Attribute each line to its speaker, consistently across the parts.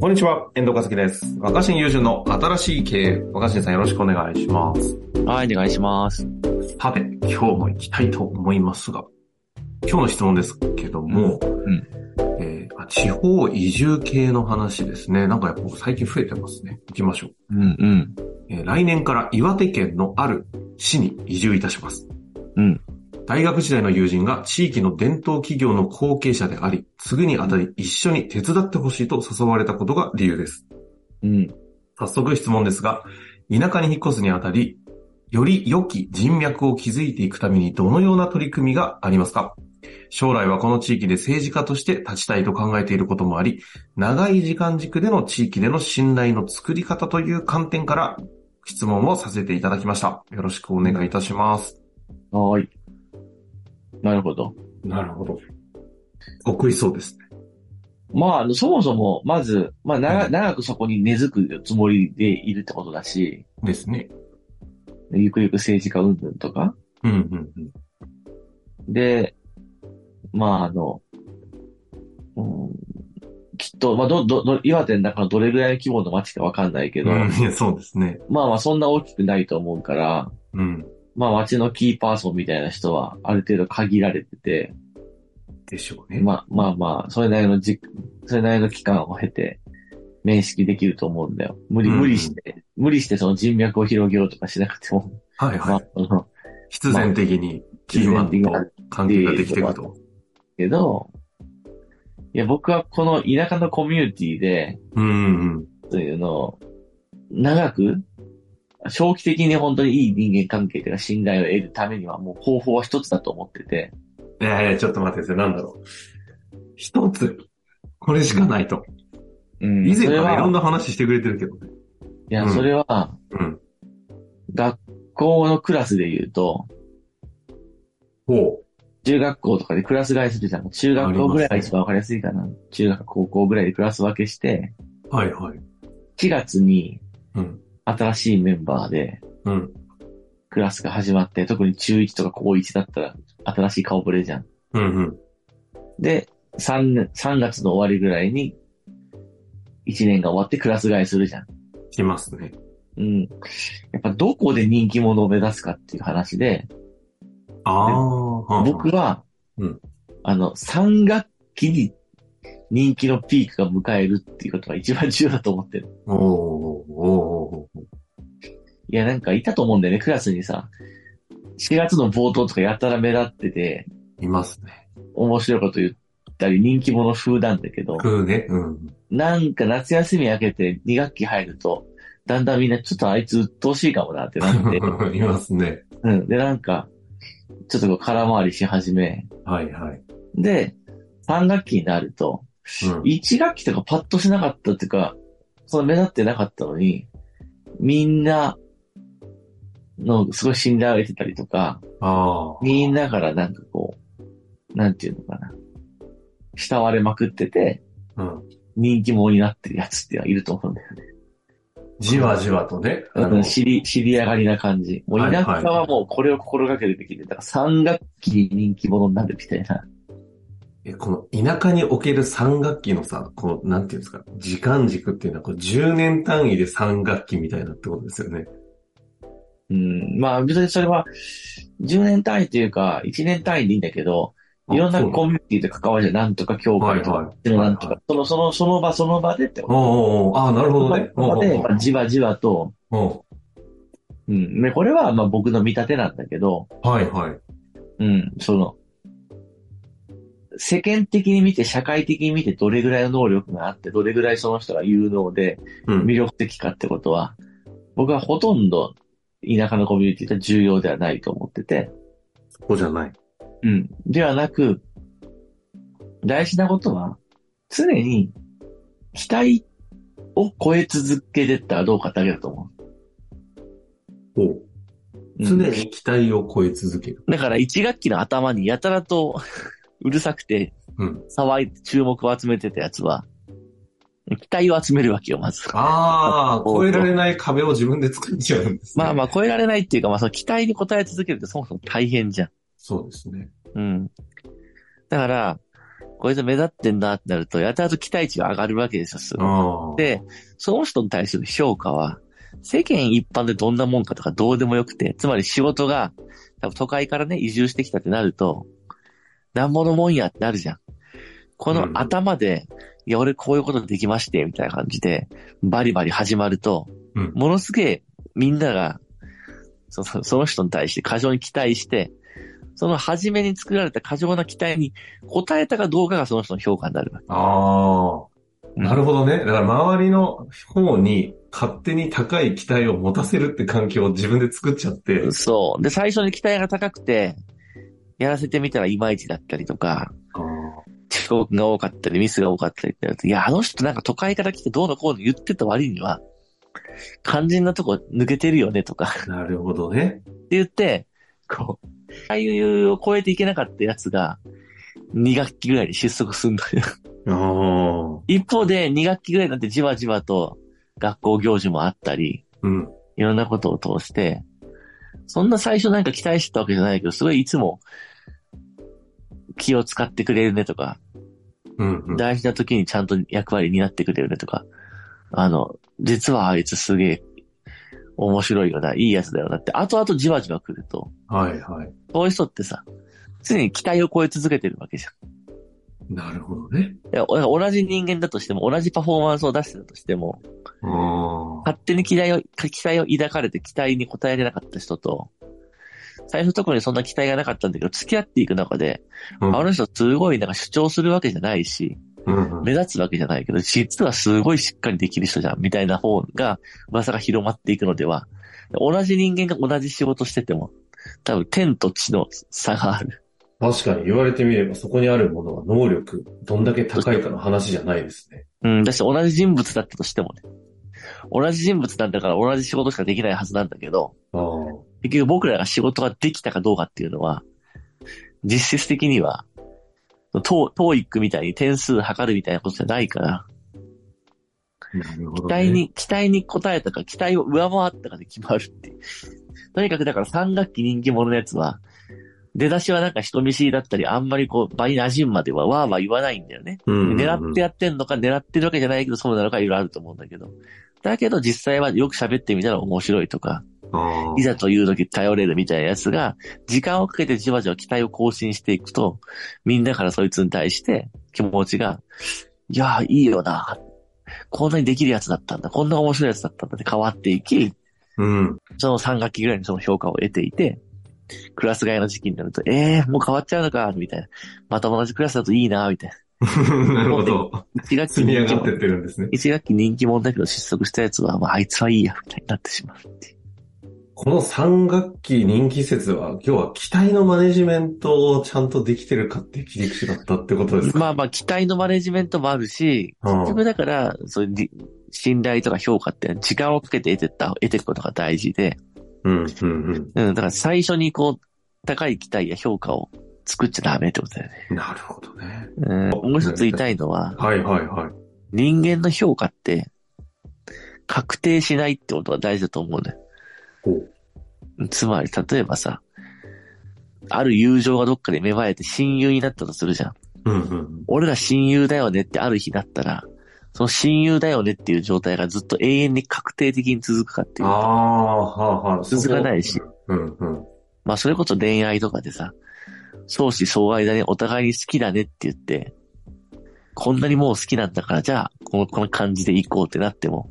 Speaker 1: こんにちは、遠藤和樹です。若新友人の新しい経営、若新さんよろしくお願いします。
Speaker 2: はい、お願いします。
Speaker 1: さて、今日も行きたいと思いますが、今日の質問ですけども、
Speaker 2: ん
Speaker 1: えーあ地方移住系の話ですね。なんかやっぱ最近増えてますね。行きましょう。
Speaker 2: うん、うん、
Speaker 1: えー来年から岩手県のある市に移住いたします。
Speaker 2: うん。
Speaker 1: 大学時代の友人が地域の伝統企業の後継者であり、次にあたり一緒に手伝ってほしいと誘われたことが理由です。
Speaker 2: うん、
Speaker 1: 早速質問ですが、田舎に引っ越すにあたり、より良き人脈を築いていくためにどのような取り組みがありますか将来はこの地域で政治家として立ちたいと考えていることもあり、長い時間軸での地域での信頼の作り方という観点から質問をさせていただきました。よろしくお願いいたします。
Speaker 2: はーい。なるほど。
Speaker 1: なるほど。得意そうですね。
Speaker 2: まああの、そもそも、まず、まあ、
Speaker 1: う
Speaker 2: 長
Speaker 1: ん
Speaker 2: 長くそこに根付くつもりでいるってことだし、
Speaker 1: ですね。
Speaker 2: ゆくゆく政治家云々とか、
Speaker 1: うんうんうん。
Speaker 2: で、まあ、あの、うん、きっと、まあ、ど、ど、ど、岩手の中のどれぐらいの規模の町かわかんないけど、
Speaker 1: うん、 いやそうですね。
Speaker 2: まあまあ、そんな大きくないと思うから、
Speaker 1: うん。
Speaker 2: まあ、町のキーパーソンみたいな人は、ある程度限られてて、
Speaker 1: でしょうね。
Speaker 2: まあまあまあ、それなりのじ、それなりの期間を経て、面識できると思うんだよ。無理、
Speaker 1: うん
Speaker 2: 無理して、無理してその人脈を広げようとかしなくても、
Speaker 1: はい
Speaker 2: ま
Speaker 1: は
Speaker 2: あ
Speaker 1: い。、
Speaker 2: その
Speaker 1: 必然的にキーマンと関係ができていくと。
Speaker 2: けど、いや、僕はこの田舎のコミュニティで、
Speaker 1: うんうん。
Speaker 2: というのを、長く、長期的に本当にいい人間関係というか信頼を得るためには、もう方法は一つだと思ってて、
Speaker 1: いやいや、ちょっと待ってください。なんだろう。一つ、これしかないと。
Speaker 2: うん
Speaker 1: 以前
Speaker 2: それ
Speaker 1: からいろん
Speaker 2: は、
Speaker 1: な話してくれてるけどね。
Speaker 2: いや、
Speaker 1: うん
Speaker 2: それは、
Speaker 1: うん。
Speaker 2: 学校のクラスで言うと、
Speaker 1: ほ
Speaker 2: 中学校とかでクラス替えするじゃん。中学校ぐらいが一番わかりやすいかな。中学、高校ぐらいでクラス分けして、
Speaker 1: う。はいはい。
Speaker 2: 4月に
Speaker 1: うん。
Speaker 2: 新しいメンバーで
Speaker 1: うん。
Speaker 2: クラスが始まって、特に中1とか高1だったら新しい顔ぶれじゃん。
Speaker 1: うんうん。
Speaker 2: で、3年、3月の終わりぐらいに1年が終わってクラス替えするじゃん。
Speaker 1: しますね。
Speaker 2: うん。やっぱどこで人気者を目指すかっていう話で、
Speaker 1: ああ。
Speaker 2: 僕は、
Speaker 1: うん
Speaker 2: あの、3学期に人気のピークが迎えるっていうことが一番重要だと思ってる。
Speaker 1: おーおーおーおー
Speaker 2: いや、なんかいたと思うんだよね、クラスにさ。4月の冒頭とかやたら目立ってて、
Speaker 1: いますね。
Speaker 2: 面白いこと言ったり、人気者風なんだけど、
Speaker 1: 食うね。うん。
Speaker 2: なんか夏休み明けて2学期入ると、だんだんみんなちょっとあいつ鬱陶しいかもなってなって、
Speaker 1: いますね。
Speaker 2: うん。で、なんか、ちょっとこう空回りし始め、
Speaker 1: はいはい。
Speaker 2: で、3学期になると、
Speaker 1: うん。
Speaker 2: 1学期とかパッとしなかったっていうか、その目立ってなかったのに、みんなのすごい信頼を得てたりとか、
Speaker 1: ああ。
Speaker 2: みんなからなんかこう、なんていうのかな。慕われまくってて、
Speaker 1: うん。
Speaker 2: 人気者になってるやつっていうのはいると思うんだよね。
Speaker 1: じわじわとね。あ
Speaker 2: う
Speaker 1: の
Speaker 2: ん、知り、知り上がりな感じ。もう
Speaker 1: はいは
Speaker 2: 田
Speaker 1: い
Speaker 2: 舎はもうこれを心がけるべきで、だから3学期に人気者になるみたいな。
Speaker 1: え、この田舎における3学期のさ、こう、なんていうんですか、時間軸っていうのは、こう、10年単位で3学期みたいなってことですよね。
Speaker 2: うん、まあ別にそれは、10年単位というか、1年単位でいいんだけど、いろんな
Speaker 1: あそう
Speaker 2: コミュニティと関わりでなんとか協
Speaker 1: はい
Speaker 2: 会とか、
Speaker 1: はい。
Speaker 2: でもなんとか、その、その、その場その場でってこと。
Speaker 1: おうおうおうああ、なるほどね。
Speaker 2: その場で、
Speaker 1: おう
Speaker 2: まあじわじわと、
Speaker 1: おう
Speaker 2: うん、ねこれはまあ僕の見立てなんだけど、
Speaker 1: おうはいはい。
Speaker 2: うん、その、世間的に見て、社会的に見て、どれぐらいの能力があって、どれぐらいその人が有能で、
Speaker 1: うん。
Speaker 2: 魅力的かってことは、僕はほとんど田舎のコミュニティでは重要ではないと思ってて、
Speaker 1: そこじゃない。
Speaker 2: うん。ではなく、大事なことは、常に期待を超え続けてったらどうかだけだと思
Speaker 1: おう
Speaker 2: う。
Speaker 1: 常
Speaker 2: うん
Speaker 1: に期待を超え続ける。
Speaker 2: だから1学期の頭にやたらと うるさくて、
Speaker 1: うん。
Speaker 2: 騒い、注目を集めてたやつは、期待を集めるわけよ、まず。
Speaker 1: ああ、
Speaker 2: おう
Speaker 1: 超えられない壁を自分で作っちゃうんです、ね。
Speaker 2: まあまあ、超えられないっていうか、まあ、その期待に応え続けるってそもそも大変じゃん。
Speaker 1: そうですね。
Speaker 2: うん。だから、こいつ目立ってんなってなると、やたらと期待値が上がるわけですよ、すごい
Speaker 1: ああ。
Speaker 2: で、その人に対する評価は、世間一般でどんなもんかとかどうでもよくて、つまり仕事が、多分都会からね、移住してきたってなると、なんぼのもんやってなるじゃん。こ
Speaker 1: う
Speaker 2: の
Speaker 1: ん
Speaker 2: 頭で、いや、俺こういうことできまして、みたいな感じで、バリバリ始まると、
Speaker 1: うん
Speaker 2: ものすげえみんながその、その人に対して過剰に期待して、その初めに作られた過剰な期待に応えたかどうかがその人の評価になるわけ。
Speaker 1: ああ。なる
Speaker 2: ほ
Speaker 1: ほどね。だから周りの方に勝手に高い期待を持たせるって環境を自分で作っちゃって。
Speaker 2: そう。で、最初に期待が高くて、やらせてみたらいまいちだったりとか、
Speaker 1: ああ
Speaker 2: 遅刻が多かったり、ミスが多かったりってなると、いや、あの人なんか都会から来てどうのこうの言ってた割には、肝心なとこ抜けてるよねとか
Speaker 1: なるほどね。
Speaker 2: って言って、こう、ああいうを超えていけなかったやつが、2学期ぐらいに失速するんだよ。
Speaker 1: ああ。
Speaker 2: 一方で、2学期ぐらいになってじわじわと学校行事もあったり、
Speaker 1: うん。
Speaker 2: いろんなことを通して、そんな最初なんか期待してたわけじゃないけど、すごいいつも気を使ってくれるねとか、
Speaker 1: うん、うん。
Speaker 2: 大事な時にちゃんと役割になってくれるねとか、あの、実はあいつすげえ面白いよな、いいやつだよなって、後々じわじわ来ると、
Speaker 1: はい、はい。
Speaker 2: こういう人ってさ、常に期待を超え続けてるわけじゃん。
Speaker 1: なるほどね。
Speaker 2: いやお同じ人間だとしても、同じパフォーマンスを出してたとしても、
Speaker 1: ああ。
Speaker 2: 勝手に期待を、期待を抱かれて期待に応えれなかった人と、最初特にそんな期待がなかったんだけど、付き合っていく中で、
Speaker 1: うん
Speaker 2: あの人すごいなんか主張するわけじゃないし、
Speaker 1: うんうん
Speaker 2: 目立つわけじゃないけど、実はすごいしっかりできる人じゃん、みたいな方が、噂が広まっていくのでは、同じ人間が同じ仕事してても、多分天と地の差がある。
Speaker 1: 確かに言われてみればそこにあるものは能力、どんだけ高いかの話じゃないですね。
Speaker 2: うん、だし同じ人物だったとしてもね。同じ人物なんだから同じ仕事しかできないはずなんだけど、
Speaker 1: ああ。
Speaker 2: 結局僕らが仕事ができたかどうかっていうのは、実質的には、トーイックみたいに点数測るみたいなことじゃないから、
Speaker 1: なるほ
Speaker 2: 期
Speaker 1: ど、ね。
Speaker 2: 待に、期待に応えたか、期待を上回ったかで決まるっていう。とにかくだから3学期人気者のやつは、出だしはなんか人見知りだったり、あんまりこう、場に馴染むまではわーわー言わないんだよね。
Speaker 1: うんうんうん、
Speaker 2: 狙ってやってんのか、狙ってるわけじゃないけど、そうなのかいろいろあると思うんだけど。だけど実際はよく喋ってみたら面白いとか、
Speaker 1: あ
Speaker 2: いざという時頼れるみたいなやつが、時間をかけてじわじわ期待を更新していくと、みんなからそいつに対して気持ちが、いやー、いいよな。こんなにできるやつだったんだ。こんな面白いやつだったんだって変わっていき、
Speaker 1: あ。うん。
Speaker 2: その3学期ぐらいにその評価を得ていて、クラス替えの時期になると、えー、もう変わっちゃうのか、みたいな。また同じクラスだといいな、みたいな。
Speaker 1: なるほど。
Speaker 2: 1学期
Speaker 1: 積み上
Speaker 2: 人気
Speaker 1: がってっ
Speaker 2: 者
Speaker 1: てるんですね。
Speaker 2: 一学期人気者だけど失速したやつは、まあ、あいつはいいや、みたいになってしまうっていう。
Speaker 1: この3学期人気説は、今日は期待のマネジメントをちゃんとできてるかっていう切り口だったってことですか
Speaker 2: まあまあ、期待のマネジメントもあるし、
Speaker 1: うん
Speaker 2: 結局だから、そういうり信頼とか評価って時間をかけて得てった、得ていくことが大事で、
Speaker 1: うん、うん、
Speaker 2: うん、だから最初にこう、高い期待や評価を作っちゃダメってことだよね。
Speaker 1: うん。なるほどね。
Speaker 2: うん、もう一つ言いたいのは、
Speaker 1: はい、はい、はい。
Speaker 2: 人間の評価って、確定しないってことが大事だと思うね。
Speaker 1: ほう。
Speaker 2: つまり、例えばさ、ある友情がどっかで芽生えて親友になったとするじゃん。
Speaker 1: うん、うん。
Speaker 2: 俺ら親友だよねってある日だったら、その親友だよねっていう状態がずっと永遠に確定的に続くかってい
Speaker 1: あ
Speaker 2: う。
Speaker 1: あ、はあ、はあ。
Speaker 2: 続かないし。
Speaker 1: うん、うん。
Speaker 2: まあそれこそ恋愛とかでさ、相思相愛だね、お互いに好きだねって言って、こんなにもう好きなんだから、じゃあ、この、この感じで行こうってなっても、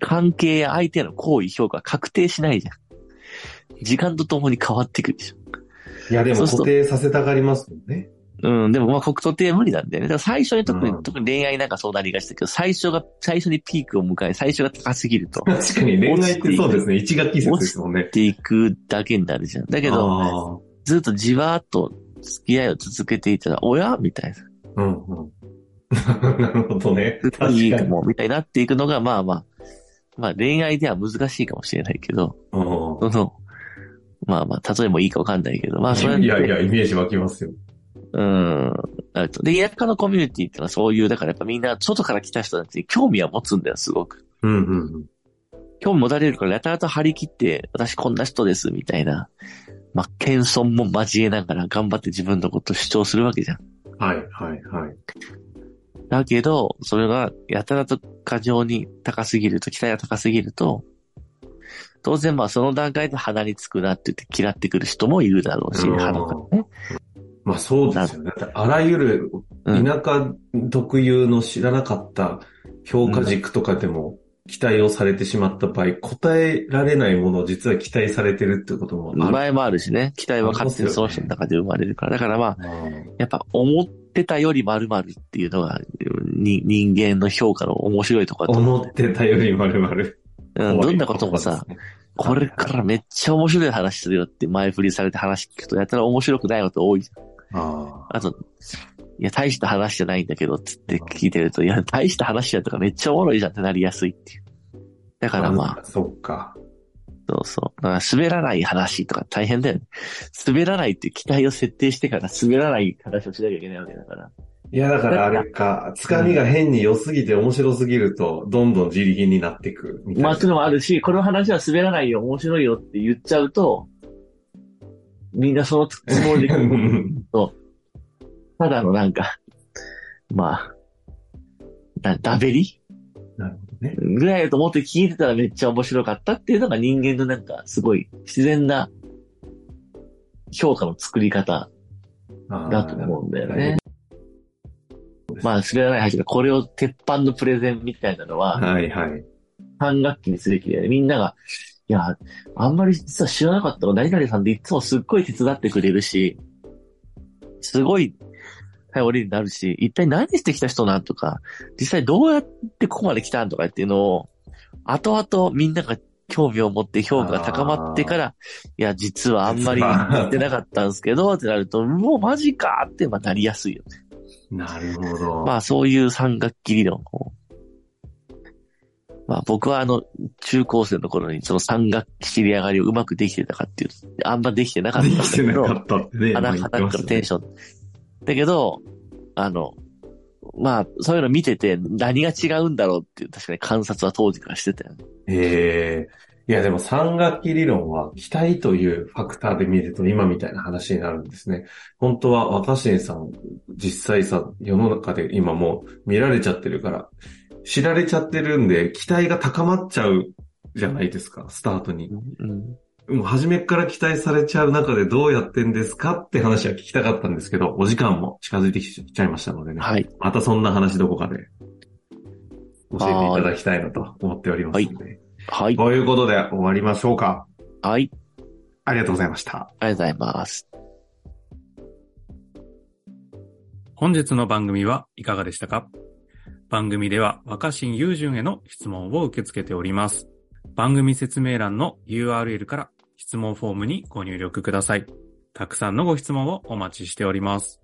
Speaker 2: 関係や相手への好意評価は確定しないじゃん。時間とともに変わってくるでしょ。
Speaker 1: いや、で
Speaker 2: そ
Speaker 1: も
Speaker 2: うする
Speaker 1: 固定
Speaker 2: と
Speaker 1: させたがりますもんね。
Speaker 2: うん、でもまあ国土って無理なんだよね。だから最初に特に、
Speaker 1: うん
Speaker 2: 特に恋愛なんかそうなりがちだけど、最初が、最初にピークを迎え、最初が高すぎると、っ
Speaker 1: 確かに恋愛ってそうですね。一学期説ですもんね。
Speaker 2: ていくだけになるじゃん。だけど、
Speaker 1: あ
Speaker 2: ずっとじわーっと付き合いを続けていたら、おやみたいな。
Speaker 1: ーうんうん。 なるほどね。確か
Speaker 2: い
Speaker 1: に。
Speaker 2: いかも、みたいになっていくのが、まあまあ、まあ恋愛では難しいかもしれないけど、
Speaker 1: うん
Speaker 2: その、まあまあ、例えもいいかわかんないけど、まあそれ
Speaker 1: いやいや、イメージ湧きますよ。
Speaker 2: うん。あとで、田舎のコミュニティってのはそういう、だからやっぱみんな外から来た人たちに興味は持つんだよ、すごく。
Speaker 1: うんうん
Speaker 2: 興味持たれるから、やたらと張り切って、私こんな人です、みたいな。まあ、謙遜も交えながら頑張って自分のことを主張するわけじゃん。
Speaker 1: うん。はい、はい、はい。
Speaker 2: だけど、それがやたらと過剰に高すぎると、期待が高すぎると、当然まあその段階で鼻につくなって言って嫌ってくる人もいるだろうし、
Speaker 1: うん
Speaker 2: 鼻からね。
Speaker 1: まあそうですよね。だってあらゆる
Speaker 2: うん
Speaker 1: 田舎特有の知らなかった評価軸とかでも期待をされてしまった場合、答えられないものを実は期待されてるってこともある。
Speaker 2: 前もあるしね、期待は勝手に
Speaker 1: あります
Speaker 2: そ
Speaker 1: よ
Speaker 2: の
Speaker 1: ね
Speaker 2: 人の中で生まれるから。だからまあ、
Speaker 1: うん
Speaker 2: やっぱ思ってたより〇〇っていうのが、に人間の評価の面白いところだと思う
Speaker 1: 思ってたよりまるまる。
Speaker 2: うん、どんなことも
Speaker 1: 怖い
Speaker 2: さ、
Speaker 1: ですね
Speaker 2: これからめっちゃ面白い話するよって前振りされて話聞くと、やたら面白くないこと多いじゃん。
Speaker 1: あ
Speaker 2: あと、いや、大した話じゃないんだけど、つって聞いてると、いや、大した話じゃんとかめっちゃおもろいじゃんってなりやすいっていう。だ
Speaker 1: あ
Speaker 2: からまあ、
Speaker 1: そっか。
Speaker 2: そうそう。だから滑らない話とか大変だよね。滑らないっていう期待を設定してから滑らない話をしなきゃいけないわけだから。
Speaker 1: いや、だからあれか、つかみが変に良すぎて面白すぎると、どんどん自力になっていくみたい
Speaker 2: ま
Speaker 1: な。
Speaker 2: あ、そういうのもあるし、この話は滑らないよ、面白いよって言っちゃうと、みんなそのつもりで
Speaker 1: うん
Speaker 2: ただのなんか、まあ、な、だべり
Speaker 1: なるほどね。
Speaker 2: ぐらいだと思って聞いてたらめっちゃ面白かったっていうのが人間のなんかすごい自然な評価の作り方
Speaker 1: あ
Speaker 2: だと思うんだよ
Speaker 1: なるほ
Speaker 2: ね。まあ、滑らない話がこれを鉄板のプレゼンみたいなのは、
Speaker 1: どはいはい。
Speaker 2: 半学期にすべきだよね。みんなが、いや、あんまり実は知らなかったの、何々さんっていつもすっごい手伝ってくれるし、すごい頼りになるし、一体何してきた人なんとか、実際どうやってここまで来たんとかっていうのを、後々みんなが興味を持って評価が高まってから、いや、実はあんまり言ってなかったんですけど、ってなると、もうマジかってまあなりやすいよね
Speaker 1: なるほど。
Speaker 2: まあそういう三学期理論を。まあ僕はあの、中高生の頃にその三学期知り上がりをうまくできてたかっていうと、あんまできてなかった
Speaker 1: で
Speaker 2: んだ
Speaker 1: き
Speaker 2: け
Speaker 1: てな
Speaker 2: ど、
Speaker 1: かったってね。
Speaker 2: 鼻
Speaker 1: 今
Speaker 2: か
Speaker 1: 言っ
Speaker 2: ら
Speaker 1: てました
Speaker 2: テンション。だけど、あの、まあそういうの見てて何が違うんだろうっていう確かに観察は当時からしてたよね。
Speaker 1: ええいや、でも三学期理論は期待というファクターで見ると今みたいな話になるんですね。本当は若新さん、実際さ、世の中で今もう見られちゃってるから、知られちゃってるんで、期待が高まっちゃうじゃないですか、スタートに。
Speaker 2: うん。
Speaker 1: もう初めから期待されちゃう中でどうやってんですかって話は聞きたかったんですけど、お時間も近づいてきちゃいましたのでね。
Speaker 2: はい。
Speaker 1: またそんな話どこかで教えていただきたいなと思っておりますので。
Speaker 2: はい。
Speaker 1: ということで終わりましょうか。
Speaker 2: はい。
Speaker 1: ありがとうございました。
Speaker 2: ありがとうございます。
Speaker 3: 本日の番組はいかがでしたか番組では若新雄純への質問を受け付けております。番組説明欄の URL から質問フォームにご入力ください。たくさんのご質問をお待ちしております。